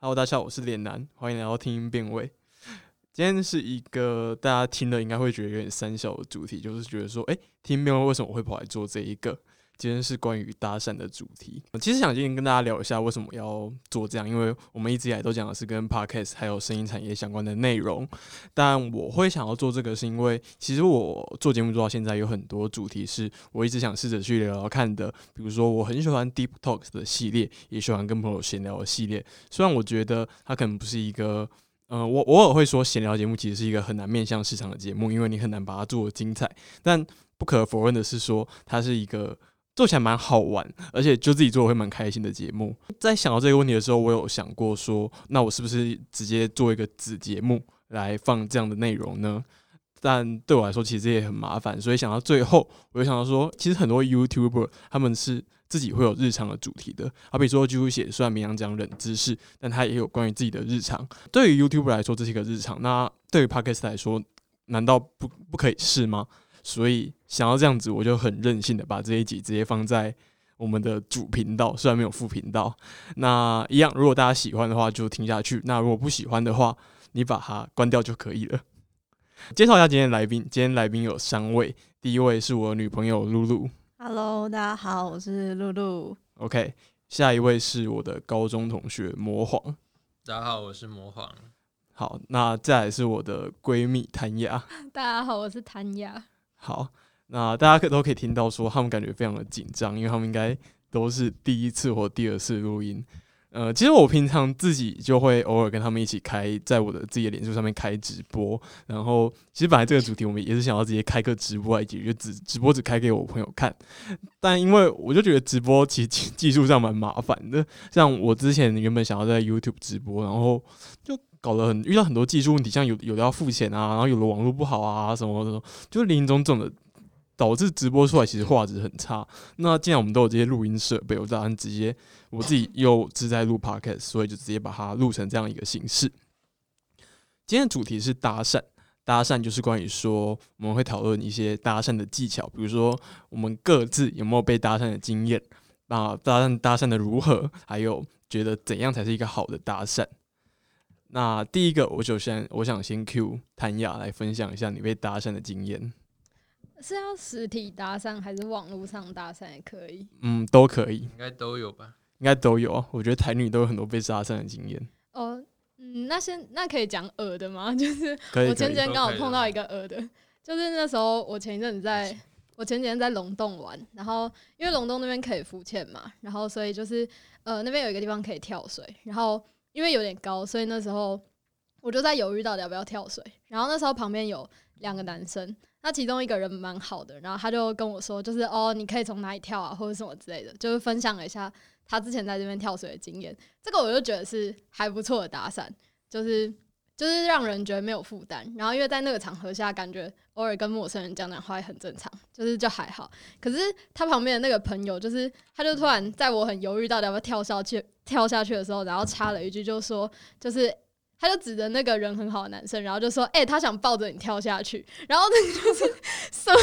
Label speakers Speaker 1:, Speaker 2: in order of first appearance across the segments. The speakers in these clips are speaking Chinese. Speaker 1: Hello，大家好，我是脸男，欢迎来到听音辨位。今天是一个大家听了应该会觉得有点三小的主题，就是觉得说，哎、听音辨位为什么我会跑来做这一个？今天是关于搭讪的主题。呃其实想今天跟大家聊一下为什么要做这样，因为我们一直以来都讲的是跟 podcast 还有声音产业相关的内容。但我会想要做这个，是因为其实我做节目做到现在，有很多主题是我一直想试着去聊聊看的。比如说，我很喜欢 Deep Talks 的系列，也喜欢跟朋友闲聊的系列。虽然我觉得它可能不是一个，呃，我我偶尔会说闲聊节目其实是一个很难面向市场的节目，因为你很难把它做得精彩。但不可否认的是说它是一个做起来蛮好玩，而且就自己做会蛮开心的节目。在想到这个问题的时候，我有想过说，那我是不是直接做一个子节目来放这样的内容呢？但对我来说，其实也很麻烦，所以想到最后，我就想到说，其实很多 YouTuber 他们是自己会有日常的主题的，好比说居乎写虽然绵羊讲冷知识，但他也有关于自己的日常。对于 YouTuber 来说，这是一个日常；那对于 Podcast 来说，难道不不可以是吗？所以想要这样子，我就很任性的把这一集直接放在我们的主频道，虽然没有副频道。那一样，如果大家喜欢的话就听下去；那如果不喜欢的话，你把它关掉就可以了。介绍一下今天的来宾，今天来宾有三位，第一位是我女朋友露露
Speaker 2: Hello，大家好，我是露露。
Speaker 1: ，OK，下一位是我的高中同学魔皇，
Speaker 3: 大家好，我是魔皇。
Speaker 1: 好，那再来是我的闺蜜谭雅。
Speaker 4: 大家好，我是谭雅。
Speaker 1: 好，那大家可都可以听到说，他们感觉非常的紧张，因为他们应该都是第一次或第二次录音。呃，其实我平常自己就会偶尔跟他们一起开，在我的自己的脸书上面开直播。然后，其实本来这个主题我们也是想要直接开个直播来解决，只直播只开给我朋友看。但因为我就觉得直播其实技 技术上蛮麻烦的，像我之前原本想要在 YouTube 直播，然后就搞了很遇到很多技术问题，像有有的要付钱啊，然后有的网络不好啊什么什么，就林林总总的，导致直播出来其实画质很差。那既然我们都有这些录音设备，我打算直接我自己又自在录 podcast，所以就直接把它录成这样一个形式。今天的主题是搭讪，搭讪就是关于说我们会讨论一些搭讪的技巧，比如说我们各自有没有被搭讪的经验，那搭讪搭讪的如何，还有觉得怎样才是一个好的搭讪。那第一个，我就先我想先 Q 谭雅来分享一下你被搭讪的经验。
Speaker 4: 是要实体搭讪还是网络上搭讪也可以？
Speaker 1: 嗯，都可以，
Speaker 3: 应该都有 吧？
Speaker 1: 应该都有啊。我觉得台女都有很多被搭讪的经验，
Speaker 4: 哦，嗯，那先那可以讲耳的吗？就是
Speaker 1: 可以
Speaker 4: 我
Speaker 1: 可
Speaker 4: 前几
Speaker 1: 以。啊
Speaker 4: 天刚好碰到一个耳的，就是那时候我前一阵子在，
Speaker 1: 嗯
Speaker 4: 我前几天在龙洞玩，然后因为龙洞那边可以浮潜嘛，然后所以就是呃那边有一个地方可以跳水，然后因为有点高，所以那时候我就在犹豫到底要不要跳水，然后那时候旁边有两个男生。那其中一个人蛮好的，然后他就跟我说，就是哦，你可以从哪里跳啊，或者什么之类的，就是分享了一下他之前在这边跳水的经验。这个我就觉得是还不错的搭讪，就是就是让人觉得没有负担。然后因为在那个场合下，感觉偶尔跟陌生人讲讲话也很正常，就是就还好。可是他旁边的那个朋友，就是他就突然在我很犹豫到底要不要跳下去跳下去的时候，然后插了一句，就说就是。他就指着那个人很好的男生，然后就说：“哎、他想抱着你跳下去。”然后那个就是 什么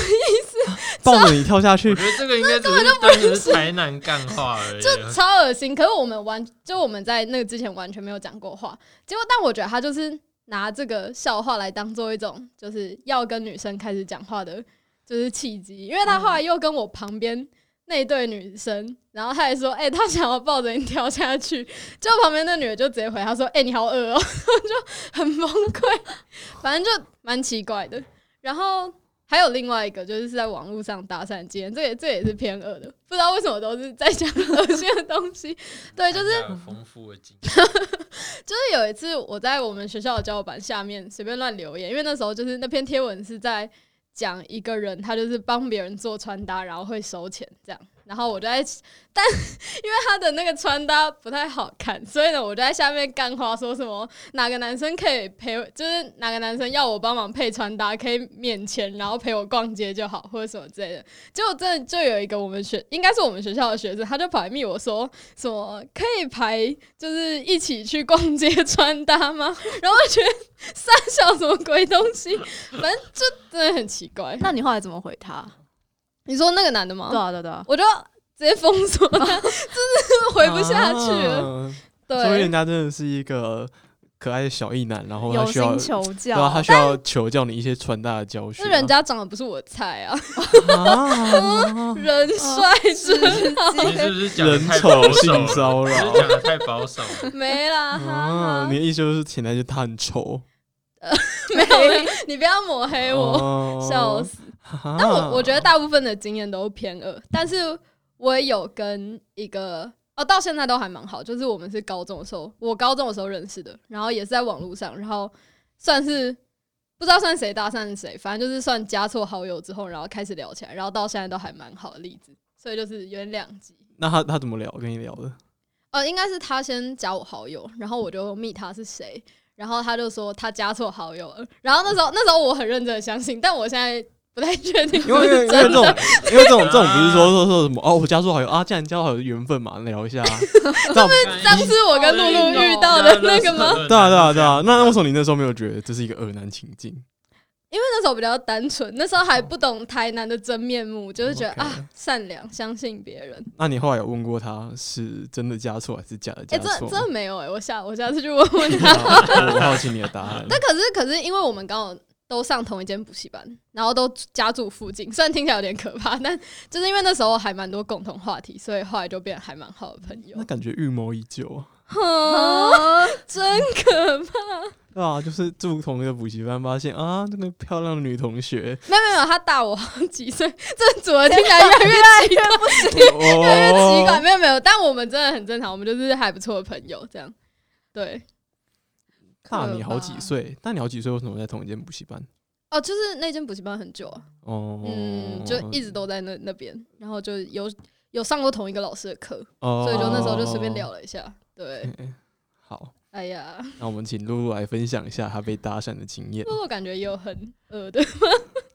Speaker 1: 抱着你跳下
Speaker 3: 我
Speaker 1: 去
Speaker 3: 觉，得这个应该只是单纯是台南干话而已。
Speaker 4: 就超恶心。可是我们完，就我们在那个之前完全没有讲过话。结果，但我觉得他就是拿这个笑话来当做一种就是要跟女生开始讲话的，就是契机。因为他后来又跟我旁边那一对女生，然后他还说：“哎、他想要抱着你跳下去。”就旁边那女的就直接回他说：“哎、你好恶哦、我就很崩溃。反正就蛮奇怪的。然后。还有另外一个，就是在网络上搭讪经验，这也这也是偏恶的，不知道为什么都是在讲恶心的东西。 对，就是
Speaker 3: 是丰富的经验，
Speaker 4: 就是有一次我在我们学校的交友板下面随便乱留言，因为那时候就是那篇贴文是在讲一个人，他就是帮别人做穿搭，然后会收钱这样。然后我就在， 但因为他的那个穿搭不太好看，所以呢，我就在下面干花说什么哪个男生可以陪，就是哪个男生要我帮忙配穿搭，可以免钱，然后陪我逛街就好，或者什么之类的。结果真的就有一个我们学，应该是我们学校的学生，他就跑来密我说，什么可以排，就是一起去逛街穿搭吗？ 然后我觉得三小什么鬼东西，反正就真的很奇怪。
Speaker 2: 那你后来怎么回他？
Speaker 4: 你说那个男的吗？
Speaker 2: 对啊，对啊对啊，
Speaker 4: 我就直接封锁他，真的是回不下去了。
Speaker 1: 啊说明
Speaker 4: 对
Speaker 1: 人，家真的是一个可爱的小异男，然后他
Speaker 2: 有
Speaker 1: 需要
Speaker 2: 心，求
Speaker 1: 对啊，
Speaker 2: 教
Speaker 1: 他，需要求教你一些穿搭的教学、啊。
Speaker 4: 那人家长得不是我的菜 啊，
Speaker 1: 啊
Speaker 4: 人帅
Speaker 2: 哦是
Speaker 4: 真
Speaker 3: 你是不是讲的
Speaker 1: 人
Speaker 3: 太
Speaker 1: 丑
Speaker 3: 保守
Speaker 1: 性
Speaker 3: 了？
Speaker 1: 骚
Speaker 3: 你是
Speaker 1: 扰
Speaker 3: 不 是讲的太保守了。
Speaker 4: 没啦，哈
Speaker 1: 啊！
Speaker 4: 哈
Speaker 1: 你的意思就是潜台词他很丑？
Speaker 4: 没有，你不要抹黑我，
Speaker 1: 哦
Speaker 4: 哎笑死。
Speaker 1: 哈
Speaker 4: 但我我觉得大部分的经验都偏恶，但是我也有跟一个哦，到现在都还蛮好，就是我们是高中的时候，我高中的时候认识的，然后也是在网络上，然后算是不知道算谁搭讪谁，反正就是算加错好友之后，然后开始聊起来，然后到现在都还蛮好的例子，所以就是有点两极。
Speaker 1: 那他他怎么聊？跟你聊的？
Speaker 4: 呃，应该是他先加我好友，然后我就密他是谁，然后他就说他加错好友了，然后那时候那时候我很认真的相信，但我现在不太确定 是
Speaker 1: 因
Speaker 4: 不
Speaker 1: 为因为
Speaker 4: 是
Speaker 1: 因为
Speaker 4: 真
Speaker 1: 这
Speaker 4: 的
Speaker 1: 种。因为这种这种不是说说说什么哦，我加入好友啊，既然加入好友缘分嘛，聊一下、 啊。这样
Speaker 4: 上次我跟露露遇到的那个吗？
Speaker 1: 对啊对啊对啊，那那为什么你那时候没有觉得这是一个恶男情境？
Speaker 4: 因为那时候比较单纯，那时候还不懂台南的真面目，就是觉得
Speaker 1: OK
Speaker 4: 啊，善良，相信别人。
Speaker 1: 那你后来有问过他是真的加错还是假的加
Speaker 4: 哎、这
Speaker 1: 错？
Speaker 4: 这没有哎、我下我下次去问问他。
Speaker 1: 我我好奇你的答 案。
Speaker 4: 但可是可是，因为我们刚好都上同一间补习班，然后都家住附近，虽然听起来有点可怕，但就是因为那时候还蛮多共同话题，所以后来就变得还蛮好的朋 友
Speaker 1: 那。感觉预谋已久啊，
Speaker 4: 哼，真可怕！
Speaker 1: 对啊，就是住同一个补习班，发现啊，那个漂亮的女同 学，
Speaker 4: 没有没有没有，他大我好几岁，这组 合听起来啊越来越奇怪。
Speaker 1: 哦，
Speaker 4: 奇怪，没有没有，但我们真的很正常，我们就是还不错的朋友这样。对，
Speaker 1: 大你好
Speaker 4: 嗯
Speaker 2: 可
Speaker 1: 几
Speaker 2: 怕
Speaker 1: 岁，大你好几岁，为什么在同一间补习班？
Speaker 4: 哦，就是那间补习班很久啊，
Speaker 1: 哦，
Speaker 4: 嗯，就一直都在那那边，然后就有有上过同一个老师的课，
Speaker 1: 哦，所
Speaker 4: 所以就那时候就随便聊。了一下。对，
Speaker 1: 嗯好，
Speaker 4: 哎呀，
Speaker 1: 那我们请露露来分享一下她被搭讪的经验
Speaker 4: 不。过我感觉也有很呃 的，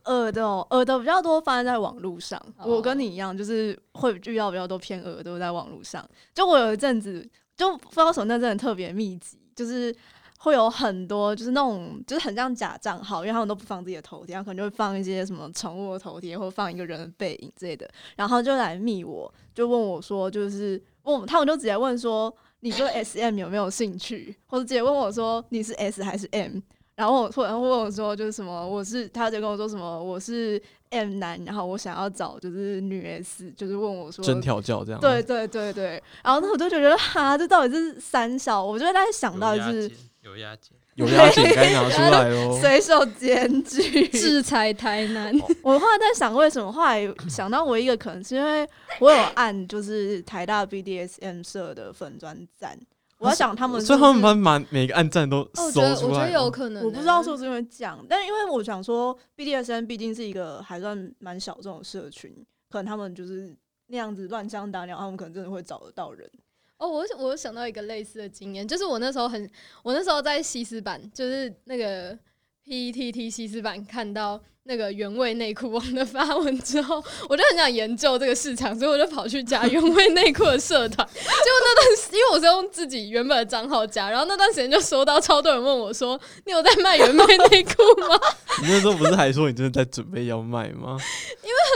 Speaker 2: 恶的哦，恶的比较多发生在网络上。
Speaker 4: 哦
Speaker 2: 我跟你一样，就是会遇到比较多偏恶的都在网络上。就我有一阵子，就不知道为什么那阵子特别密集，就是会有很多就是那种就是很像假账号，因为他们都不放自己的头贴，然后可能就会放一些什么宠物的头贴，或放一个人的背影之类的，然后就来密我，就问我说，就是问我，他们就直接问说。你对 S M 有没有兴趣？或者直接问我说你是 S 还是 M？然后我突然问我说，就是什么，我是他就跟我说什么，我是 M 男，然后我想要找就是女 S，就是问我 说，
Speaker 1: 真调教这样。啊
Speaker 3: 啊
Speaker 2: 对，对对对，然后那我就觉得哈，这到底是三小，我就在想到就是
Speaker 3: 有压减，
Speaker 1: 有 压剪该拿出来哦。
Speaker 2: 随手检举，
Speaker 4: 制裁台 南，
Speaker 2: 我后来在想，为什么后来想到唯一一个可能是因为我有按就是台大 BDSM 社的粉砖赞，我在想他们是
Speaker 1: 所以
Speaker 2: 不
Speaker 1: 他
Speaker 2: 是
Speaker 1: 们把满每个暗战都
Speaker 4: 哦我
Speaker 1: 搜
Speaker 4: 觉得我
Speaker 1: 出
Speaker 4: 觉得
Speaker 1: 来。
Speaker 4: 有可能欸，
Speaker 2: 我不知道是不是因为这样，但因为我想说，BDSM 毕竟是一个还算蛮小众的社群，可能他们就是那样子乱枪打鸟，他们可能真的会找得到人。
Speaker 4: 哦，我有我有想到一个类似的经验，就是我那时候很，我那时候在西斯版，就是那个 PTT 西斯版看到那个原味内裤网的发文之后，我就很想研究这个市场，所以我就跑去加原味内裤的社团。结果那段时，因为我是用自己原本的账号加，然后那段时间就收到超多人问我说：“你有在卖原味内裤吗？”
Speaker 1: 你那时候不是还说你真的在准备要卖吗？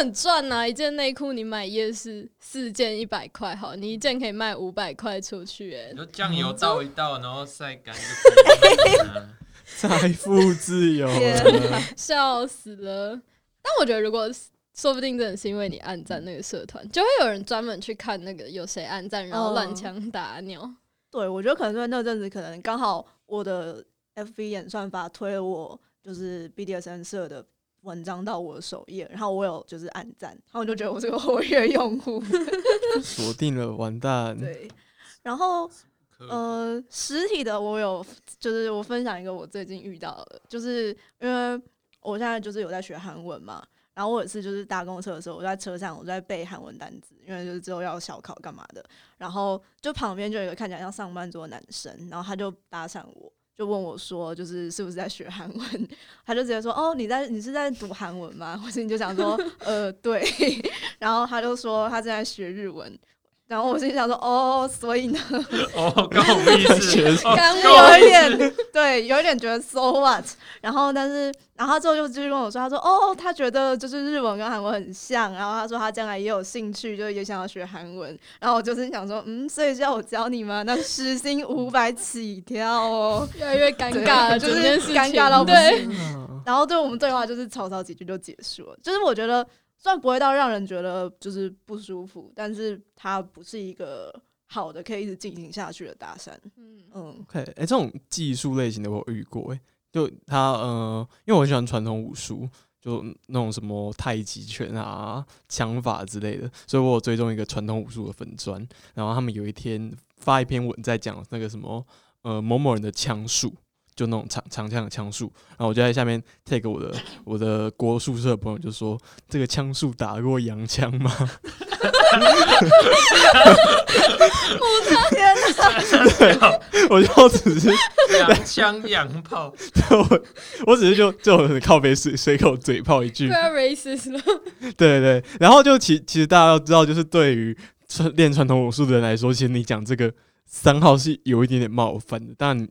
Speaker 4: 很赚啊呐、一件内裤你买夜市四件一百块，好，你一件可以卖五百块出去、欸，
Speaker 3: 你说酱油倒一倒，然后晒干就可以
Speaker 4: 呃
Speaker 3: 了。嗯
Speaker 1: 财富自由啊了
Speaker 2: 天
Speaker 4: 笑死了。但我觉得，如果是说不定真的是因为你暗赞那个社团，就会有人专门去看那个有谁暗赞，然后乱枪打鸟。
Speaker 2: 对，我觉得可能是因为那阵子可能刚好我的 FB 演算法推了我就是 BDSM 社的文章到我的首页，然后我有就是按赞，他们就觉得我是个活跃用户。
Speaker 1: 锁定了，完蛋。
Speaker 2: 对，然后
Speaker 3: 可以
Speaker 2: 呃，实体的我有，就是我分享一个我最近遇到的，就是因为我现在就是有在学韩文嘛，然后我有一次就是搭公车的时候，我在车上我在背韩文单词，因为就是之后要小考干嘛的，然后就旁边就有一个看起来像上班族的男生，然后他就搭讪我。就问我说，就是是不是在学韩文？ 他就直接说，哦，你在你是在读韩 文吗？我心里就想说，呃，对。然后他就说他正在学日文，然后我心想说，哦，所以呢，
Speaker 3: 哦，关我屁 事，哦
Speaker 4: 干
Speaker 2: 就
Speaker 4: 我
Speaker 2: 有一点对，有一点觉得 so what。然后，但是，然后他最后就继续跟我说，他说，哦，他觉得就是日文跟韩文很像，然后他说他将来也有兴趣，就也想要学韩文。然后我就是想说，嗯，所以叫我教你吗？那时薪五百起跳哦。
Speaker 4: 越来越尴尬了，
Speaker 2: 对就
Speaker 4: 整件
Speaker 2: 是
Speaker 4: 事情
Speaker 2: 尴尬到不
Speaker 4: 对，
Speaker 2: 行。
Speaker 1: 啊
Speaker 2: 然后对我们对话就是吵吵几句就结束了。就是我觉得虽然不会到让人觉得就是不舒服，但是它不是一个好的可以一直进行下去的搭讪。
Speaker 4: 嗯
Speaker 2: 嗯，
Speaker 1: OK，哎、这种技术类型的我有遇过、欸，就他呃，因为我很喜欢传统武术，就那种什么太极拳啊、枪法之类的，所以我有追踪一个传统武术的粉砖，然后他们有一天发一篇文在讲那个什么呃某某人的枪术，就那种长长枪的枪术，然后我就在下面 take 我的我的国术社的朋友就说这个枪术打过洋枪吗？
Speaker 2: 天哪！
Speaker 1: 我就只是
Speaker 3: 洋枪洋炮，
Speaker 1: 我我只是就就很靠背随随口嘴炮一句
Speaker 4: 不，要 racist 了，
Speaker 1: 对对，然后就其其实大家要知道，就是对于传练传统武术的人来说，其实你讲这个三号是有一点点冒犯的，但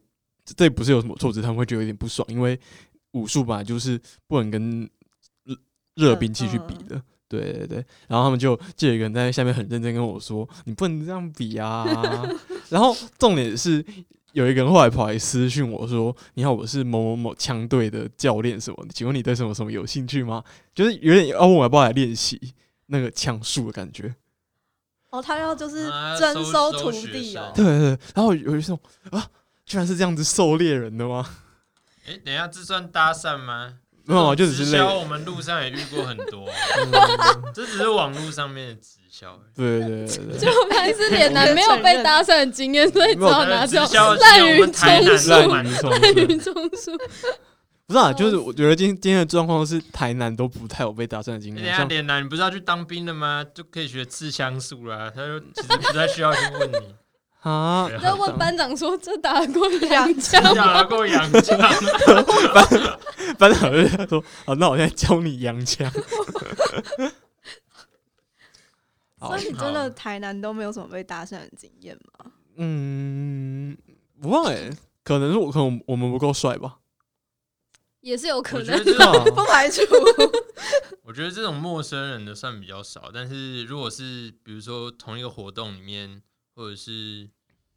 Speaker 1: 这不是有什么错，只是他们会觉得有点不爽，因为武术吧就是不能跟热热兵器去比的。对对对，然后他们就就有一个人在下面很认真跟我说：“你不能这样比啊！”然后重点是有一个人后来跑来私讯我说：“你好，我是某某某枪队的教练，什么？请问你对什么什么有兴趣吗？”就是有点要问我要不要来练习那个枪术的感觉。
Speaker 2: 哦，他要就是
Speaker 3: 啊
Speaker 2: 征
Speaker 3: 收
Speaker 2: 收徒
Speaker 3: 收学
Speaker 2: 弟哦
Speaker 1: 对
Speaker 3: 生。
Speaker 1: 对对，然后有一种啊，居然是这样子狩猎人的吗？
Speaker 3: 哎，等一下，这算搭讪吗？
Speaker 1: 没有啊，就只
Speaker 3: 直
Speaker 1: 是
Speaker 3: 销，
Speaker 1: 类。
Speaker 3: 我们路上也遇过很多，
Speaker 1: 嗯
Speaker 3: 这只是网络上面的直销。
Speaker 1: 对对对对
Speaker 4: 就我们还是脸男没有被搭讪的经验，所以只好拿这
Speaker 3: 直
Speaker 4: 种
Speaker 3: 销是
Speaker 4: 滥
Speaker 3: 我
Speaker 4: 竽
Speaker 3: 们台南
Speaker 4: 充
Speaker 1: 对，滥竽
Speaker 4: 数，
Speaker 1: 充
Speaker 4: 滥竽
Speaker 1: 数。
Speaker 4: 充 数。
Speaker 1: 不是啊，就是我觉得今今天的状况是台南都不太有被打算的经
Speaker 3: 你哎等一
Speaker 1: 验，
Speaker 3: 下，
Speaker 1: 嗯像
Speaker 3: 连男，你不是要去当兵的吗？就可以学刺枪术啦。他说 其实不太需要去问你，
Speaker 1: 啊，
Speaker 3: 对啊
Speaker 4: 然后问班长说：“这打过两枪
Speaker 3: 你打过洋啊枪，
Speaker 1: 班长就说啊，那我现在教你洋枪。 好
Speaker 2: 所以你真的台南都没有什么被搭讪的经验吗？
Speaker 1: 嗯，不忘哎、可能是我可能我们不够帅吧，？”
Speaker 4: 也是有可
Speaker 3: 我觉
Speaker 4: 能
Speaker 3: 得。这
Speaker 1: 是啊
Speaker 3: 种
Speaker 2: 不排除
Speaker 3: 我觉得这种陌生人的算比较少，但是如果是比如说同一个活动里面，或者是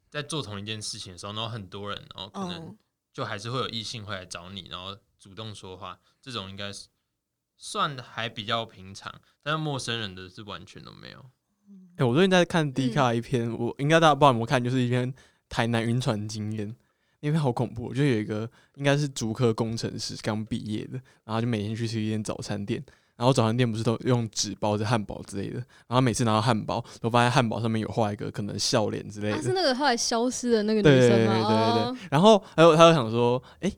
Speaker 3: 在做同一件事情的时候，然后很多人，然后可能
Speaker 2: 哦，
Speaker 3: 就还是会有异性会来找你，然后主动说话，这种应该是算还比较平常，但是陌生人的是完全都没有。
Speaker 1: 哎、我最近在看 D 卡一篇，我应该大家不知道有没有看，就是一篇台南晕船经验，那篇好恐怖哦。就有一个应该是竹科工程师刚毕业的，然后就每天去吃一间早餐店，然后早餐店不是都用纸包着汉堡之类的，然后每次拿到汉堡，都发现汉堡上面有画一个可能笑脸之类
Speaker 4: 她
Speaker 1: 的
Speaker 4: 是，那个后来消失的那个
Speaker 1: 对
Speaker 4: 女
Speaker 1: 对
Speaker 4: 生
Speaker 1: 对对
Speaker 4: 吗？
Speaker 1: 对
Speaker 4: 哦
Speaker 1: 对，。然后还有他就想说，哎、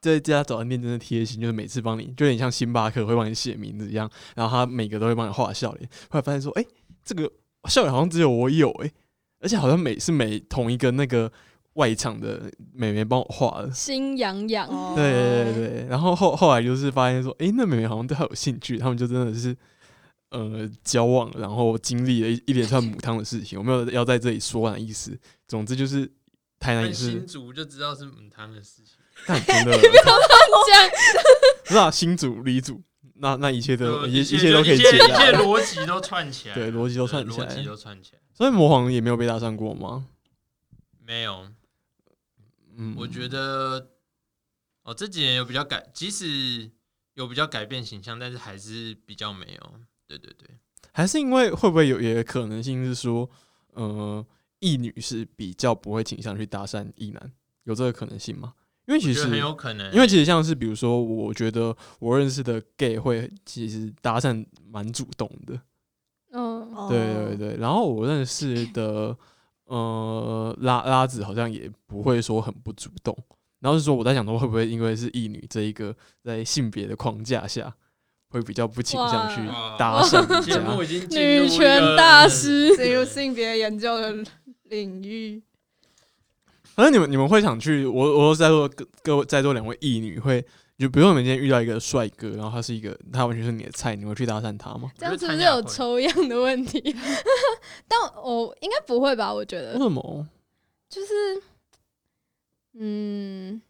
Speaker 1: 这家早餐店真的贴心，就是每次帮你，就有点像星巴克会帮你写名字一样，然后他每个都会帮你画笑脸。后来发现说，哎、这个笑脸好像只有我有、哎，而且好像每是每同一个那个外场的美眉帮我画的。
Speaker 4: 心痒痒，
Speaker 2: 哦
Speaker 1: 对 对对对，然后后后来就是发现说，哎、那美眉好像对他有兴趣，他们就真的是呃交往，然后经历了一一连串母汤的事情，我没有要在这里说完的意思。总之就是台南也
Speaker 3: 但
Speaker 1: 是
Speaker 3: 新竹就知道是母汤的事情，
Speaker 1: 看真的，不啊
Speaker 4: 这样
Speaker 1: 是啊，新组、李组，那那一切都
Speaker 3: 就
Speaker 1: 一
Speaker 3: 一
Speaker 1: 呃一
Speaker 3: 切
Speaker 1: 切都可以
Speaker 3: 一
Speaker 1: 解
Speaker 3: 切一切
Speaker 1: 答，
Speaker 3: 逻辑都串起来
Speaker 1: 对
Speaker 3: 了，
Speaker 1: 逻辑都串起来
Speaker 3: 对逻辑都串起来。
Speaker 1: 所以魔皇也没有被搭讪过吗？
Speaker 3: 没有，
Speaker 1: 嗯，
Speaker 3: 我觉得哦，这几年有比较改，即使有比较改变形象，但是还是比较没有。对对对，
Speaker 1: 还是因为会不会有一个可能性是说，呃，异女是比较不会倾向去搭讪异男，有这个可能性吗？因为
Speaker 3: 我
Speaker 1: 其
Speaker 3: 觉
Speaker 1: 实
Speaker 3: 得很有可能欸，
Speaker 1: 因为其实像是比如说，我觉得我认识的 gay 会其实搭讪蛮主动的，
Speaker 3: 哦
Speaker 4: 嗯，
Speaker 2: 哦
Speaker 1: 对对对，然后我认识的呃拉拉子好像也不会说很不主动，然后是说我在想说会不会因为是异女这一个在性别的框架下，会比较不倾向去
Speaker 3: 哇
Speaker 1: 搭 讪人
Speaker 3: 哦节
Speaker 1: 家。
Speaker 3: 目已经进入
Speaker 4: 女
Speaker 3: 一个
Speaker 4: 权大师，
Speaker 2: 进入性别研究的 领域，
Speaker 1: 反正你们你们会想去，我我是在座各各位在座两位异女会就比如说你们今天遇到一个帅哥，然后他是一个他完全是你的菜，你会去搭讪他吗？
Speaker 4: 这样是不是有抽样的问题？ 但我、应该不会吧？我觉
Speaker 1: 为
Speaker 4: 得
Speaker 1: 什么？
Speaker 4: 就是，嗯，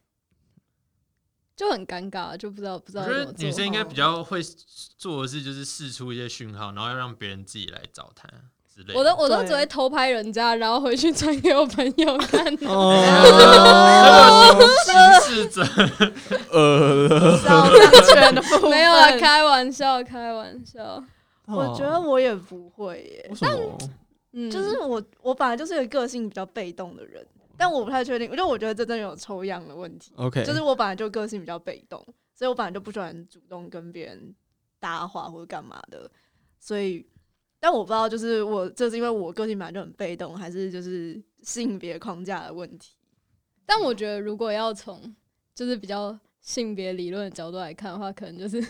Speaker 4: 就很尴尬，就不知道不知
Speaker 3: 我
Speaker 4: 道
Speaker 3: 觉
Speaker 4: 怎
Speaker 3: 得
Speaker 4: 么做哦
Speaker 3: 女生应该
Speaker 4: 好
Speaker 3: 比较会做的事就是试出一些讯号，然后要让别人自己来找她之类的。
Speaker 4: 我都我都
Speaker 2: 对
Speaker 4: 只会偷拍人家，然后回去传给我朋友看。
Speaker 1: 哦，
Speaker 3: 行事者，
Speaker 1: 呃，
Speaker 2: 少男权的部分
Speaker 4: 没有啊，开玩笑，开玩笑。
Speaker 1: 哦
Speaker 2: 我觉
Speaker 4: 哦
Speaker 2: 得我也不会耶，
Speaker 1: 为什么？
Speaker 4: 嗯，
Speaker 2: 就是我我本来就是一个个性比较被动的人，但我不太确定，因为我觉得这真的有抽样的问题，
Speaker 1: OK，
Speaker 2: 就是我本来就个性比较被动，所以我本来就不喜欢主动跟别人搭话或者干嘛的，所以。但我不知道，就是我这是因为我个性本来就很被动，还是就是性别框架的问题？
Speaker 4: 但我觉得如果要从就是比较性别理论的角度来看的话，可能就是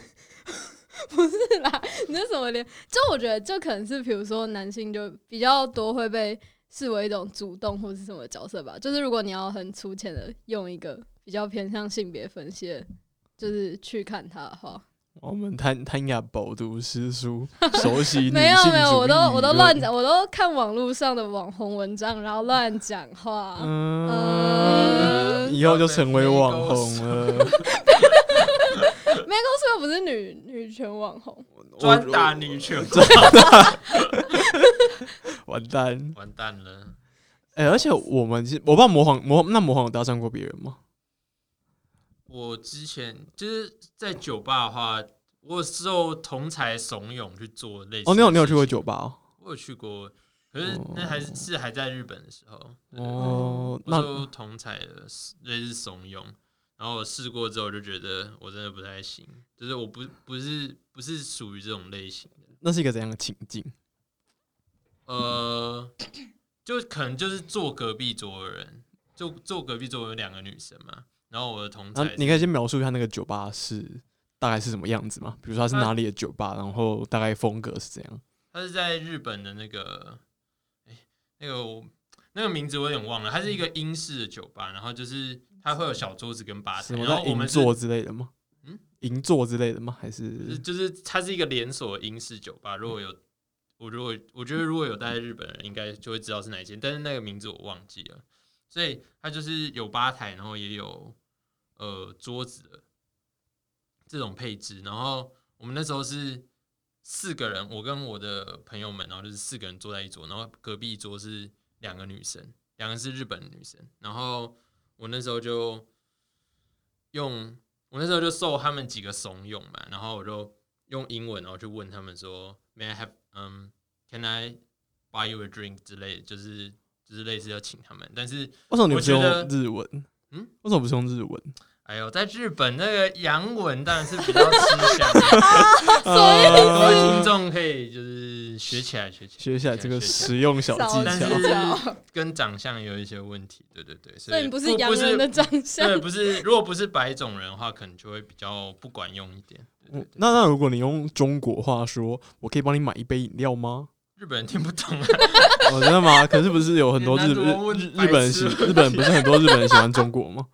Speaker 4: 不是啦？你这什么连？就我觉得就可能是比如说男性就比较多会被视为一种主动或是什么角色吧。就是如果你要很粗浅的用一个比较偏向性别分析的，就是去看他的话，
Speaker 1: 我们贪贪雅饱读诗书，熟悉女性
Speaker 4: 没有没有，
Speaker 1: 主
Speaker 4: 我都
Speaker 1: 义
Speaker 4: 我都
Speaker 1: 理
Speaker 4: 乱
Speaker 1: 论。
Speaker 4: 讲，我都看网络上的网红文章，然后乱讲话。
Speaker 1: 嗯，
Speaker 4: 嗯
Speaker 1: 以后就成为网红了。
Speaker 4: 梅公司又不是女女权网红，
Speaker 3: 专打女权，
Speaker 1: 完蛋！
Speaker 3: 完蛋了。
Speaker 1: 哎、而且我们其实我不知道魔皇魔那魔皇有搭讪过别人吗？
Speaker 3: 我之前就是在酒吧的话，我有受同才怂恿去做类似。
Speaker 1: 哦，你有你有去过？酒吧哦？
Speaker 3: 我有去过，可是那还是是还在日本的时候。对
Speaker 1: 哦，
Speaker 3: 我
Speaker 1: 那
Speaker 3: 受同才的类似怂恿，然后我试过之后，我就觉得我真的不太行，就是我不不是不是属于这种类型的，
Speaker 1: 那是一个怎样的情境？
Speaker 3: 呃，就可能就是坐隔壁桌的人，就坐隔壁桌有两个女生嘛，然后我的同
Speaker 1: 那
Speaker 3: 才
Speaker 1: 你可以先描述一下那个酒吧是大概是什么样子吗？比如说它是
Speaker 3: 它
Speaker 1: 哪里的酒吧，然后大概风格是怎样？
Speaker 3: 他是在日本的那个，哎、那个我那个名字我有点忘了，它是一个英式的酒吧，然后就是它会有小桌子跟吧台，
Speaker 1: 什么
Speaker 3: 然
Speaker 1: 在
Speaker 3: 后我
Speaker 1: 银
Speaker 3: 们
Speaker 1: 座之类的吗？
Speaker 3: 嗯，
Speaker 1: 银座之类的吗？还
Speaker 3: 是
Speaker 1: 是
Speaker 3: 就是它是一个连锁英式酒吧，如果有。我如果我觉得如果有待在日本的人，应该就会知道是哪一间，但是那个名字我忘记了。所以它就是有吧台，然后也有呃桌子的这种配置。然后我们那时候是四个人，我跟我的朋友们，然后就是四个人坐在一桌，然后隔壁一桌是两个女生，两个是日本女生。然后我那时候就用我那时候就受他们几个怂恿嘛，然后我就用英文然后去问他们说，May I have 嗯、c a n I buy you a drink 之类的，就是就是类似要请他们，但是
Speaker 1: 为什么你不是用
Speaker 3: 我觉得
Speaker 1: 日文？
Speaker 3: 嗯，
Speaker 1: 为什么不是用日文？
Speaker 3: 哎呦，在日本那个洋文当然是比较吃香 的，各
Speaker 1: 啊
Speaker 3: 位听众可以就是学起来学起来，
Speaker 1: 学起来这个
Speaker 3: 学起
Speaker 1: 实用小技
Speaker 2: 少
Speaker 3: 但
Speaker 1: 巧
Speaker 2: 少。
Speaker 3: 是跟长相有一些问题，对对对，所
Speaker 4: 所以
Speaker 3: 以
Speaker 4: 你不
Speaker 3: 不
Speaker 4: 是洋人的
Speaker 3: 不是
Speaker 4: 长
Speaker 3: 对，
Speaker 4: 相。
Speaker 3: 不是，如果不是白种人的话，可能就会比较不管用一点。对
Speaker 1: 嗯
Speaker 3: 对对
Speaker 1: 那那如果你用中国话说，我可以帮你买一杯饮料吗？
Speaker 3: 日本人听不懂啊，
Speaker 1: 哦，真的吗？可是不是有很多
Speaker 3: 难
Speaker 1: 日
Speaker 3: 得我问
Speaker 1: 日日
Speaker 3: 白
Speaker 1: 日本人喜
Speaker 3: 痴
Speaker 1: 日本不是很多日本人喜欢中国吗？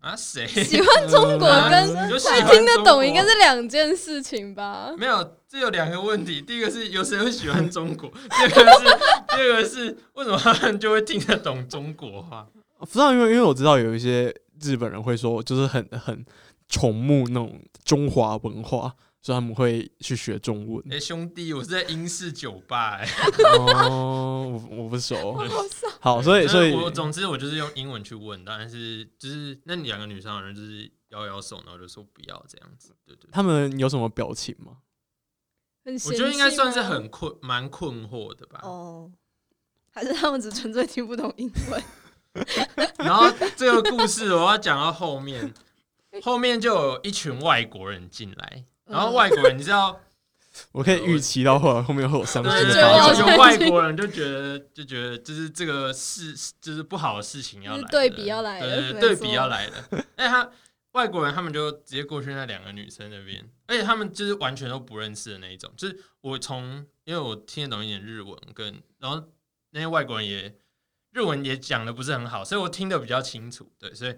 Speaker 3: 啊谁？
Speaker 4: 喜欢中国
Speaker 3: 嗯
Speaker 4: 跟
Speaker 3: 啊你就喜欢
Speaker 4: 会听得
Speaker 3: 中国
Speaker 4: 懂应该是两件事情吧？
Speaker 3: 没有，这有两个问题。第一个是有谁会喜欢中国？第二个是，第二个是为什么他们就会听得懂中国话？
Speaker 1: 不知道，因为因为我知道有一些日本人会说，就是很很崇慕那种中华文化，所以他们会去学中文
Speaker 3: 哎、。兄弟，我是在英式酒吧、哎，
Speaker 1: 哦，我我不熟。
Speaker 4: 好笑，
Speaker 1: 好，所以所以
Speaker 3: 我总之我 就是用英文去问，但是就是那两个女生好像就是摇摇手，然后就说不要这样子，对对对
Speaker 1: 他们有什么表情吗？
Speaker 4: 很嫌弃
Speaker 3: 我觉
Speaker 4: 吗
Speaker 3: 得应该算是很困，蛮困惑的吧。
Speaker 2: 哦，还是他们只纯粹听不懂英 文？
Speaker 3: 然后这个故事我要讲到后面，后面就有一群外国人进来，然后外国人你知道，
Speaker 1: 我可以预期到后来后面会有伤心
Speaker 3: 呃对
Speaker 1: 的
Speaker 3: 对
Speaker 4: 觉得
Speaker 1: 发
Speaker 4: 要
Speaker 3: 对，
Speaker 1: 生。
Speaker 3: 有
Speaker 4: 看
Speaker 3: 有外
Speaker 4: 清
Speaker 3: 国人就觉得就觉得就是这个事就是不好的事情要来了，
Speaker 4: 就是对比要来了
Speaker 3: 对对
Speaker 4: 没
Speaker 3: 对
Speaker 4: 错
Speaker 3: 比要来了。 哎，他外国人他们就直接过去那两个女生那边，而且他们就是完全都不认识的那一种。就是我从因为我听得懂一点日文跟，然后那些外国人也日文也讲的不是很好，所以我听得比较清楚。对，所以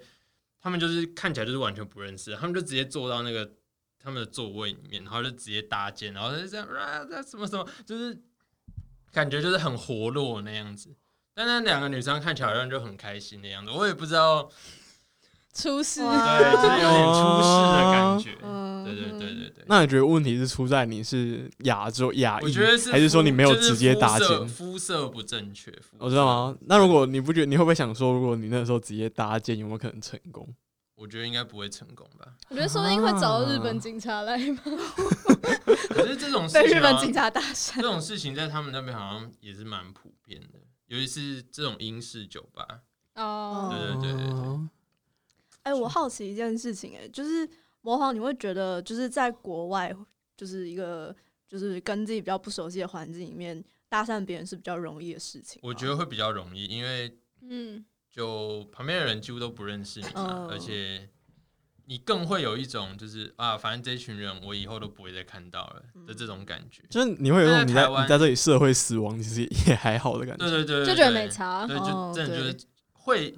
Speaker 3: 他们就是看起来就是完全不认识，他们就直接坐到那个他们的座位里面，然后就直接搭肩，然后就这样啊，这什么什么，就是感觉就是很活络那样子。但那两个女生看起来好像就很开心的样子，我也不知道，
Speaker 4: 出事，
Speaker 2: 哇
Speaker 3: 对，就是有点出事的感觉。
Speaker 4: 嗯
Speaker 3: 对对对对对。
Speaker 1: 那你觉得问题是出在你是亚洲亚
Speaker 3: 我
Speaker 1: 裔
Speaker 3: 觉得，是
Speaker 1: 还是说你没有
Speaker 3: 肤
Speaker 1: 直接搭
Speaker 3: 就
Speaker 1: 肩
Speaker 3: 是？肤色肤色不正确，肤色
Speaker 1: 我知道吗？那如果你不觉得，你会不会想说，如果你那时候直接搭肩，有没有可能成功？
Speaker 3: 我觉得应该不会成功吧。
Speaker 4: 我觉得说不定会找日本警察来吧，
Speaker 3: 可是这种事
Speaker 2: 被
Speaker 3: 情
Speaker 2: 日本
Speaker 3: 好像
Speaker 2: 警察搭讪
Speaker 3: 这。种事情在他们那边好像也是蛮普遍的，尤其是这种英式酒吧。
Speaker 4: 哦，
Speaker 3: 对对对对
Speaker 1: 哦
Speaker 2: 哎、我好奇一件事情、哎，就是魔皇，你会觉得就是在国外，就是一个就是跟自己比较不熟悉的环境里面搭讪别人是比较容易的事情吗。
Speaker 3: 我觉得会比较容易，因为
Speaker 4: 嗯，
Speaker 3: 就旁边的人几乎都不认识你嘛，
Speaker 2: 嗯
Speaker 3: 而且你更会有一种就是啊，反正这群人我以后都不会再看到了
Speaker 2: 嗯
Speaker 3: 的这种感觉。
Speaker 1: 就是你会有一种你在
Speaker 3: 但在台湾
Speaker 1: 你在这里社会死亡，其实也还好的感
Speaker 3: 对
Speaker 1: 觉。
Speaker 3: 对对对，
Speaker 4: 就觉得
Speaker 3: 对
Speaker 4: 没差
Speaker 3: 对，就
Speaker 2: 哦
Speaker 3: 真的就
Speaker 2: 对
Speaker 3: 是会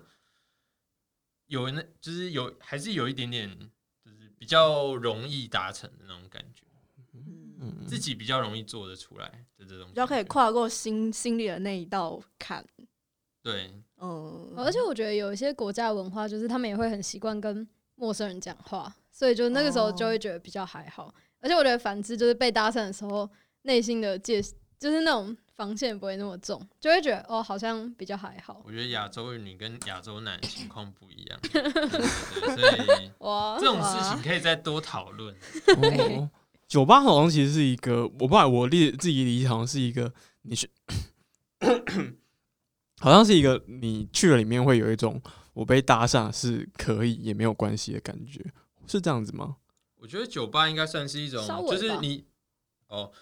Speaker 3: 有那，就是有还是有一点点，就是比较容易达成的那种感觉，
Speaker 2: 嗯，
Speaker 1: 嗯，
Speaker 3: 自己比较容易做得出来的这种，
Speaker 2: 比较可以。跨过心心里的那一道坎。
Speaker 3: 对，
Speaker 2: 嗯，
Speaker 4: 而且我觉得有一些国家文化就是他们也会很习惯跟陌生人讲话，所以就那个时候就会觉得比较还好。而且我觉得反之就是被搭讪的时候，内心的界就是那种防线不会那么重，就会觉得哦好像比较还好
Speaker 3: 我觉得亚洲女跟亚洲男情况不一样，对对对所以
Speaker 4: 哇
Speaker 3: 这种事情可以再多讨论。
Speaker 1: 哦酒吧好像其实是一个，我不知道我理自己理解好像是一个，你去， 好像是一个你去了里面会有一种我被搭讪是可以也没有关系的感觉，是这样子吗？
Speaker 3: 我觉得酒吧应该算是一种
Speaker 4: 稍，微吧
Speaker 3: 就是你哦，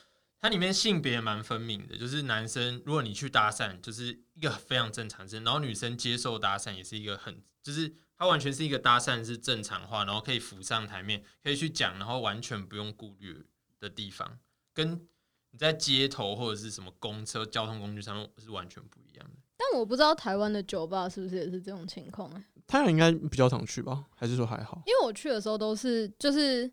Speaker 3: 它里面性别蛮分明的，就是男生如果你去搭讪，就是一个非常正常的事，然后女生接受搭讪也是一个很，就是它完全是一个搭讪是正常化，然后可以浮上台面，可以去讲，然后完全不用顾虑的地方，跟你在街头或者是什么公车交通工具上是完全不一样的。
Speaker 4: 但我不知道台湾的酒吧是不是也是这种情况、欸，
Speaker 1: 太阳应该比较常去吧，还是说还好？
Speaker 4: 因为我去的时候都是就是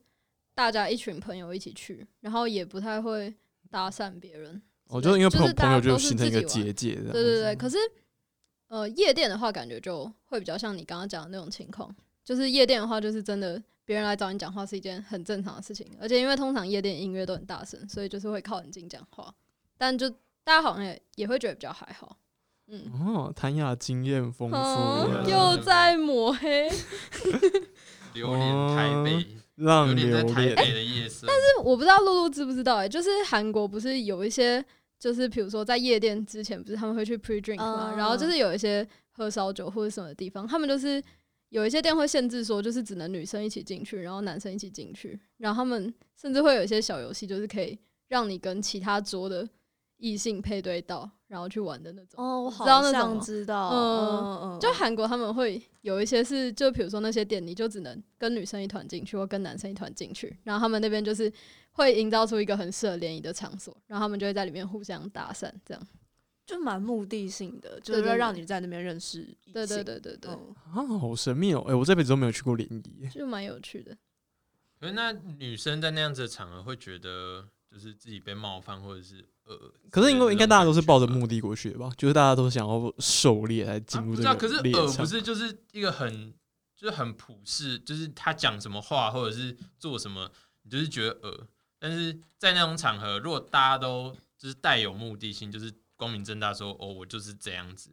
Speaker 4: 大家一群朋友一起去，然后也不太会搭讪别人。
Speaker 1: 我觉得因为朋
Speaker 4: 就
Speaker 1: 友
Speaker 4: 是大
Speaker 1: 朋
Speaker 4: 家
Speaker 1: 友
Speaker 4: 都
Speaker 1: 哦就是形成一
Speaker 4: 自
Speaker 1: 个
Speaker 4: 己玩
Speaker 1: 结界这样子，
Speaker 4: 对对对，可是呃，夜店的话，感觉就会比较像你刚刚讲的那种情况，就是夜店的话，就是真的别人来找你讲话是一件很正常的事情，而且因为通常夜店音乐都很大声，所以就是会靠很近讲话，但就大家好像也也会觉得比较还好。嗯，
Speaker 1: 哦，谭雅经验丰富
Speaker 4: 嗯，
Speaker 1: 了，
Speaker 4: 又在抹 黑，
Speaker 3: 榴莲台北，
Speaker 1: 让
Speaker 3: 榴莲在
Speaker 1: 榴
Speaker 3: 台
Speaker 1: 莲
Speaker 3: 北的夜色，
Speaker 4: 我不知道露露知不知道哎、就是韩国不是有一些，就是比如说在夜店之前，不是他们会去 pre drink 嘛、
Speaker 2: 嗯
Speaker 4: 然后就是有一些喝烧酒或者什么的地方，他们就是有一些店会限制说，就是只能女生一起进去，然后男生一起进去，然后他们甚至会有一些小游戏，就是可以让你跟其他桌的异性配对到，然后去玩的那种。
Speaker 2: 哦，我好
Speaker 4: 知道那种
Speaker 2: 像
Speaker 4: 吗
Speaker 2: 知道，
Speaker 4: 嗯
Speaker 2: 嗯嗯，
Speaker 4: 就韩国他们会有一些是，就比如说那些店，你就只能跟女生一团进去，或跟男生一团进去。然后他们那边就是会营造出一个很适合联谊的场所，然后他们就会在里面互相搭讪，这样。
Speaker 2: 就蛮目的性的，就
Speaker 4: 对
Speaker 2: 是
Speaker 4: 对
Speaker 2: 要
Speaker 4: 对
Speaker 2: 让你在那边认识异
Speaker 4: 对对
Speaker 2: 性
Speaker 4: 对对对，
Speaker 2: 嗯
Speaker 1: 啊，好神秘哦！哎、我这辈子都没有去过联谊，
Speaker 4: 就蛮有趣的。
Speaker 3: 可是那女生在那样子的场合会觉得，就是自己被冒犯或者是呃，
Speaker 1: 可是因为应该大家都是抱着
Speaker 3: 目
Speaker 1: 目的过去的吧？就是大家都想要狩猎来进入
Speaker 3: 啊不
Speaker 1: 这
Speaker 3: 知道，可是
Speaker 1: 个猎
Speaker 3: 呃
Speaker 1: 场
Speaker 3: 不。是就是一个很就是很普世，就是他讲什么话或者是做什么，你就是觉得呃，但是在那种场合，如果大家都就是带有目的性，就是光明正大说哦，我就是这样子，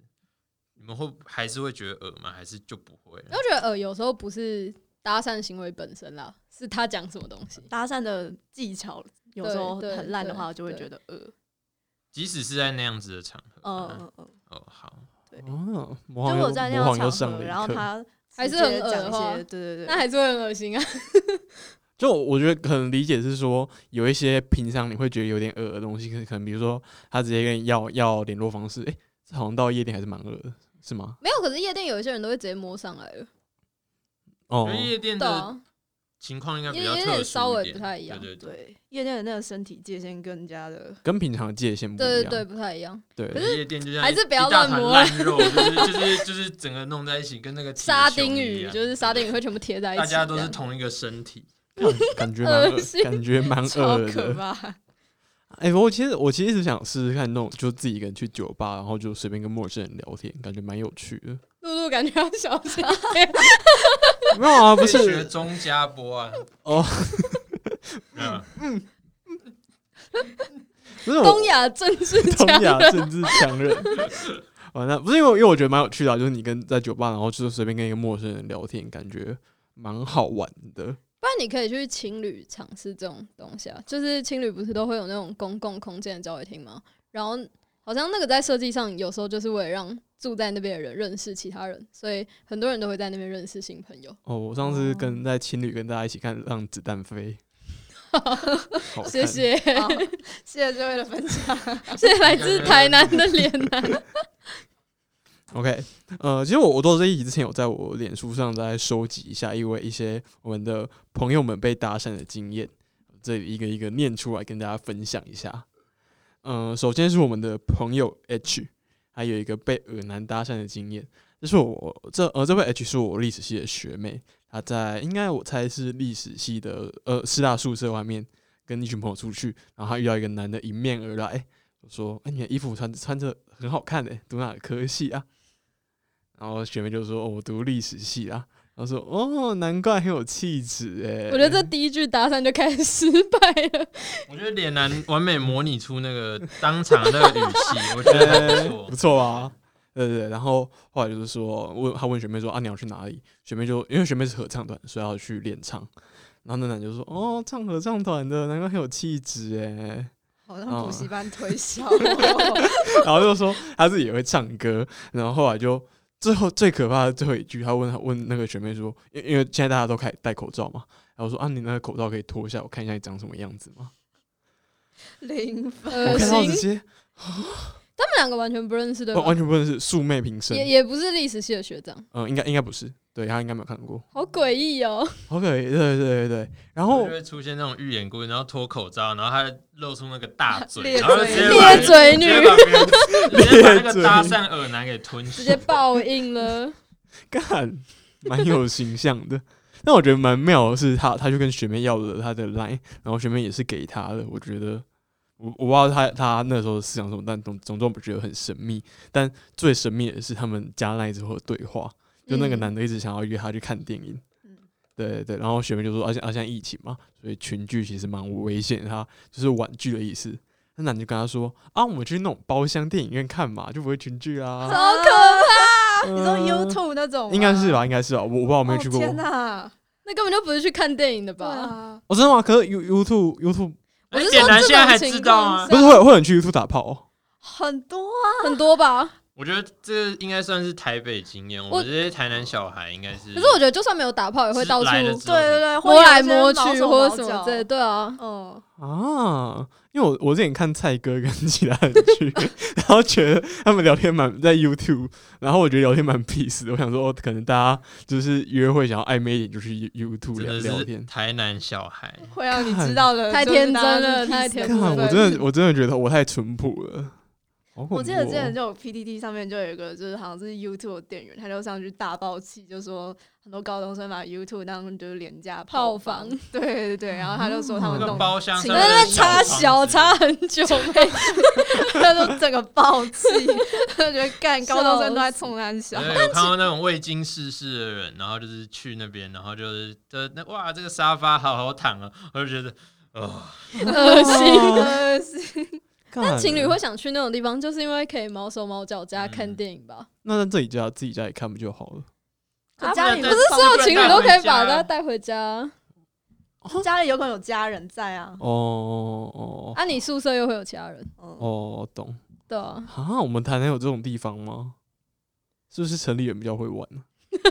Speaker 3: 你们会还是会觉得呃吗？还是就不会了
Speaker 4: 然？后觉得呃，有时候不是搭讪行为本身啦，是他讲什么东西。
Speaker 2: 搭讪的技巧有时候
Speaker 4: 对对
Speaker 2: 很烂的
Speaker 4: 对
Speaker 2: 话，我就会
Speaker 4: 对
Speaker 2: 觉得呃，
Speaker 3: 即使是在那样子的场合，
Speaker 2: 嗯
Speaker 3: 嗯
Speaker 2: 嗯嗯，
Speaker 3: 哦好，
Speaker 1: 哦，魔
Speaker 2: 就
Speaker 1: 皇
Speaker 2: 我
Speaker 1: 又
Speaker 2: 在
Speaker 1: 魔
Speaker 2: 那样
Speaker 1: 皇
Speaker 2: 的
Speaker 1: 又
Speaker 2: 场
Speaker 1: 上
Speaker 2: 合，
Speaker 1: 了
Speaker 2: 然后
Speaker 1: 一课。
Speaker 2: 他
Speaker 4: 还
Speaker 2: 直
Speaker 4: 是很
Speaker 2: 接
Speaker 4: 恶
Speaker 2: 讲
Speaker 4: 的
Speaker 2: 一
Speaker 4: 话
Speaker 2: 些，对 对
Speaker 4: 那
Speaker 2: 对，
Speaker 4: 还是会很恶心啊！
Speaker 1: 就我觉得可能理解是说，有一些平常你会觉得有点恶的东西，可可能比如说他直接跟你要要联络方式，哎、这好像到夜店还是蛮恶的，是吗？
Speaker 4: 没有，可是夜店有一些人都会直接摸上来了。
Speaker 1: 哦
Speaker 3: 因为，夜店
Speaker 4: 对
Speaker 3: 的
Speaker 4: 啊，
Speaker 3: 情况应该比
Speaker 4: 有
Speaker 3: 较
Speaker 4: 有
Speaker 3: 特
Speaker 4: 点稍
Speaker 3: 殊
Speaker 4: 微
Speaker 3: 一点，
Speaker 4: 不太一样
Speaker 3: 对对
Speaker 2: 对，夜店的那个身体界限更加的，
Speaker 1: 跟平常的界限不一
Speaker 4: 对
Speaker 1: 样。
Speaker 4: 对对，不太一样。
Speaker 1: 对
Speaker 3: 对，夜店就像
Speaker 4: 还
Speaker 3: 一
Speaker 4: 是不
Speaker 3: 一
Speaker 4: 要
Speaker 3: 大
Speaker 4: 乱
Speaker 3: 盘
Speaker 4: 摸
Speaker 3: 烂肉，就是就是就是整个弄在一起，跟那个铁
Speaker 4: 沙
Speaker 3: 球
Speaker 4: 丁
Speaker 3: 一
Speaker 4: 鱼
Speaker 3: 样
Speaker 4: 就是沙丁鱼会全部贴在一起，
Speaker 3: 大家都是同一个身体。
Speaker 1: 感觉蛮
Speaker 4: 恶
Speaker 1: 恶，
Speaker 4: 心
Speaker 1: 感觉蛮
Speaker 2: 超
Speaker 1: 恶
Speaker 2: 可
Speaker 1: 的。
Speaker 2: 怕。
Speaker 1: 哎、我其实我其实一直想试试看那种，就自己一个人去酒吧，然后就随便跟陌生人聊天，感觉蛮有趣 的。
Speaker 4: 露露感觉要小心一点，
Speaker 1: 没有啊，不
Speaker 3: 可以学
Speaker 1: 是
Speaker 3: 钟家波啊，
Speaker 1: 哦，
Speaker 3: 嗯，
Speaker 1: 不是我
Speaker 4: 东亚政治
Speaker 1: 东
Speaker 4: 家
Speaker 1: 亚政治强人。 完了，不是因为因为我觉得蛮有趣的啊、就是你跟在酒吧，然后就是随便跟一个陌生人聊天，感觉蛮好玩的。
Speaker 4: 不然你可以去情侣尝试这种东西啊，就是情侣不是都会有那种公共空间的交流厅吗？然后好像那个在设计上，有时候就是为了让住在那边的人认识其他人，所以很多人都会在那边认识新朋友，
Speaker 1: 哦，我上次跟在情侣跟大家一起看《让子弹 飞》好看，
Speaker 4: 谢谢，
Speaker 2: 好谢谢这位的分享。
Speaker 4: 谢谢来自台南的脸男、
Speaker 1: OK，呃，其实我我做这一集之前，有在我脸书上在收集一下，因为一些我们的朋友们被搭讪的经验，这里一个一个念出来跟大家分享一下。嗯、首先是我们的朋友 H，还有一个被耳男搭讪的经验。这是我这呃这位 H 是我历史系的学妹，她在应该我猜是历史系的呃师大宿舍外面跟一群朋友出去，然后她遇到一个男的迎面而来，我说：“哎、你的衣服穿穿着很好看诶、欸读哪个科系啊？”然后学妹就说：“哦，我读历史系啊。”然后说：“哦，难怪很有气质欸诶、
Speaker 4: 我觉得这第一句搭讪就开始失败了，
Speaker 3: 我觉得脸男完美模拟出那个当场那个语气，我觉得还
Speaker 1: 欸
Speaker 3: 不错
Speaker 1: 不。错啊，对对对。然后后来就是说，问他问学妹说啊，你要去哪里？学妹就因为学妹是合唱团，所以要去练唱。然后那男就说，哦，唱合唱团的，难怪很有气质诶。
Speaker 2: 好像
Speaker 1: 哦
Speaker 2: 补习班推销，
Speaker 1: 然后就说他自己也会唱歌，然后后来就最后最可怕的最后一句，他问他问那个学妹说，因因为现在大家都开始戴口罩嘛，然后说啊，你那个口罩可以脱下，我看一下你长什么样子吗？
Speaker 2: 零分。
Speaker 4: 恶
Speaker 1: 我看到直
Speaker 4: 心。
Speaker 1: 接
Speaker 4: 他们两个完全不认识对
Speaker 1: 完
Speaker 4: 吧？
Speaker 1: 完全不认识素昧平生，
Speaker 4: 也也不是历史系的学长，
Speaker 1: 嗯，应该应该不是，对他应该没有看过。
Speaker 4: 好诡异哦。
Speaker 1: OK，对对对对，然
Speaker 3: 然后
Speaker 1: 后
Speaker 3: 就会出现那种预言故事，然后脱口罩，然后他露出那个 大嘴，
Speaker 2: 咧
Speaker 3: 然后就直接把
Speaker 4: 咧嘴女
Speaker 3: 直接把别人直接把那个搭讪耳男给吞
Speaker 4: 直
Speaker 3: 下。
Speaker 4: 接报应了。
Speaker 1: 干，蛮有形象的。 但我觉得蛮妙的是他，他就跟学妹要了他的 line，然后学妹也是给他的。我觉得我我不知道他他那时候思想什么，但总总之我觉得很神秘。但最神秘的是他们加 line 之后的对话， 就那个
Speaker 4: 嗯
Speaker 1: 男的一直想要约她去看电影。
Speaker 2: 嗯
Speaker 1: 对对对，然后学妹就说，而啊且而且疫情嘛，所以群聚其实蛮危险的，他就是婉拒的意思。那男的就跟他说啊，我们去那种包厢电影院看嘛，就不会群聚啊。
Speaker 2: 好可
Speaker 1: 你
Speaker 2: 你说 YouTube 那种吗，
Speaker 1: 嗯应该是吧，应该是吧，我我不知道，我
Speaker 2: 我
Speaker 1: 没有去过。
Speaker 2: 哦天哪，
Speaker 4: 那根本就不是去看电影的
Speaker 2: 对
Speaker 4: 吧？
Speaker 2: 啊，
Speaker 1: 哦我、真的吗？可是 You YouTube YouTube
Speaker 4: 我
Speaker 3: 哎
Speaker 4: 是
Speaker 3: 脸
Speaker 4: 说
Speaker 3: 男
Speaker 4: 这
Speaker 3: 现在还
Speaker 4: 种
Speaker 3: 知
Speaker 4: 情
Speaker 3: 道
Speaker 4: 况
Speaker 3: 吗？
Speaker 1: 不是会有会有人去 YouTube 打炮、哦？
Speaker 2: 很多啊，
Speaker 4: 很多吧？
Speaker 3: 我觉得这应该算是台北经验，我
Speaker 4: 我
Speaker 3: 们这些台南小孩应该是。
Speaker 4: 可是我觉得就算没有打炮，也会到处
Speaker 3: 来了之
Speaker 2: 对
Speaker 3: 后
Speaker 2: 对对，会
Speaker 4: 摸
Speaker 2: 有
Speaker 4: 来
Speaker 2: 一些
Speaker 4: 摸
Speaker 2: 毛
Speaker 4: 去
Speaker 2: 手
Speaker 4: 或
Speaker 2: 毛
Speaker 4: 什
Speaker 2: 脚
Speaker 4: 么之类。对啊，
Speaker 2: 嗯，
Speaker 1: 啊，因为我我之前看蔡哥跟其他人去， 然后觉得他们聊天蛮在 YouTube，然后我觉得聊天蛮 peace 的。我想说，哦可能大家就是约会想要暧昧一点，就去 You- YouTube
Speaker 3: 真
Speaker 1: 聊
Speaker 3: 的
Speaker 1: 聊
Speaker 3: 是
Speaker 1: 天。
Speaker 3: 台南小孩，
Speaker 2: 会让你知道的，
Speaker 4: 太
Speaker 2: 就是
Speaker 4: 天
Speaker 2: 大家
Speaker 4: 真了
Speaker 2: 是
Speaker 4: 太
Speaker 2: peace
Speaker 4: 天
Speaker 2: 的
Speaker 4: 真
Speaker 1: 看，
Speaker 4: 了
Speaker 1: 我真的我真的觉得我太淳朴了。好恐怖
Speaker 2: 我记得之前
Speaker 1: 哦
Speaker 2: 就有 PDD 上面就有一个，就是好像是 YouTube 的店员，他就上去大爆气，就说很多高中生把 YouTube 当就是廉价
Speaker 4: 炮
Speaker 2: 房
Speaker 4: 房，
Speaker 2: 对对对，然后他就说他
Speaker 3: 那
Speaker 2: 们
Speaker 3: 个
Speaker 2: 弄，
Speaker 3: 包厢
Speaker 2: 请
Speaker 3: 上
Speaker 2: 问
Speaker 3: 面
Speaker 4: 那
Speaker 3: 的
Speaker 4: 那插
Speaker 3: 房
Speaker 4: 小
Speaker 3: 子
Speaker 4: 插很久没
Speaker 2: 他就整个爆气，他就觉得干高中生都在冲安小，
Speaker 3: 对，有看到那种未经世事的人，然后就是去那边，然后就是就那哇，这个沙发好好躺啊，我就觉得哦，
Speaker 4: 恶心。
Speaker 2: 真的 是
Speaker 1: 啊干
Speaker 4: 情侣会想去那种地方，就是因为可以毛手毛脚加看电影吧？
Speaker 1: 那在自己家自己家里看不就好了？
Speaker 2: 啊
Speaker 3: 不
Speaker 2: 家
Speaker 3: 能
Speaker 2: 里
Speaker 3: 带
Speaker 2: 不是
Speaker 4: 所有情侣都可以把
Speaker 3: 不能带回家
Speaker 4: 它带回家。
Speaker 2: 家里有可能有家人在啊，
Speaker 1: 哦哦
Speaker 4: 啊，你宿舍又会有其他人，
Speaker 2: 嗯，
Speaker 1: 哦，懂。
Speaker 4: 对啊，
Speaker 1: 啊，我们台南有这种地方吗？是不是城里人比较会玩 呢？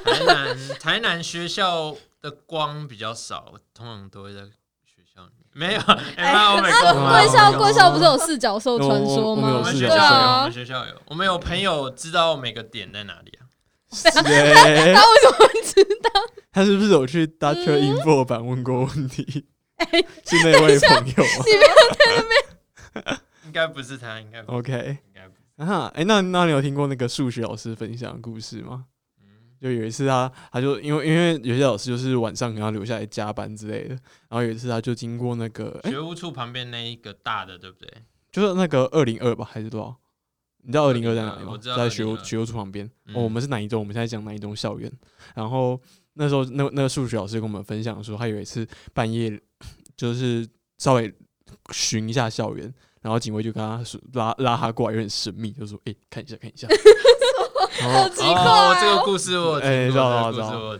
Speaker 3: 台南台南学校的光比较少，通常都会在学校里面。没有，哎妈，我没
Speaker 1: 啊
Speaker 4: 贵
Speaker 1: 对上
Speaker 3: Oh
Speaker 4: 校
Speaker 1: 哦
Speaker 4: 贵校不是有四角兽传说
Speaker 1: 我
Speaker 4: 吗
Speaker 1: 我
Speaker 3: 我们？
Speaker 1: 是
Speaker 3: 学
Speaker 1: 有
Speaker 3: 校
Speaker 1: 是
Speaker 4: 对
Speaker 3: 有，我
Speaker 4: 啊
Speaker 3: 们，学校有，我们有朋友知道每个点在哪里啊。
Speaker 1: 谁？
Speaker 4: 他为什么知道？
Speaker 1: 他是不是有去 Doctor Info 版问过问题？是那位朋友啊
Speaker 3: 应该不是他，应该不是
Speaker 1: ？OK，
Speaker 3: 应该不是。
Speaker 1: 啊，哎、那那你有听过那个数学老师分享的故事吗？
Speaker 3: 嗯，
Speaker 1: 就有一次他，他就因为因为有些老师就是晚上可能要留下来加班之类的，然后有一次他就经过那个，哎、
Speaker 3: 学务处旁边那一个大的，对不对？
Speaker 1: 就是那个二零二吧，还是多少？你知道二零二啊在哪里
Speaker 3: 202我
Speaker 1: 吗？
Speaker 3: 知道
Speaker 1: 在学务
Speaker 3: 202
Speaker 1: 学务处旁边。哦，
Speaker 3: 嗯
Speaker 1: 我们是南一中，我们现在讲南一中校园。然后那时候那那个数学老师跟我们分享说，他有一次半夜 就是稍微巡一下校园，然后警卫就跟他说拉拉他过来，有点神秘，就说：“哎、看一下，看一下。”然后
Speaker 2: 奇怪
Speaker 3: 哦，这个故事我有
Speaker 1: 哎
Speaker 3: 听
Speaker 1: 知道
Speaker 3: 过，这
Speaker 1: 知
Speaker 3: 个
Speaker 1: 道知
Speaker 3: 故事
Speaker 1: 道
Speaker 3: 我有听过。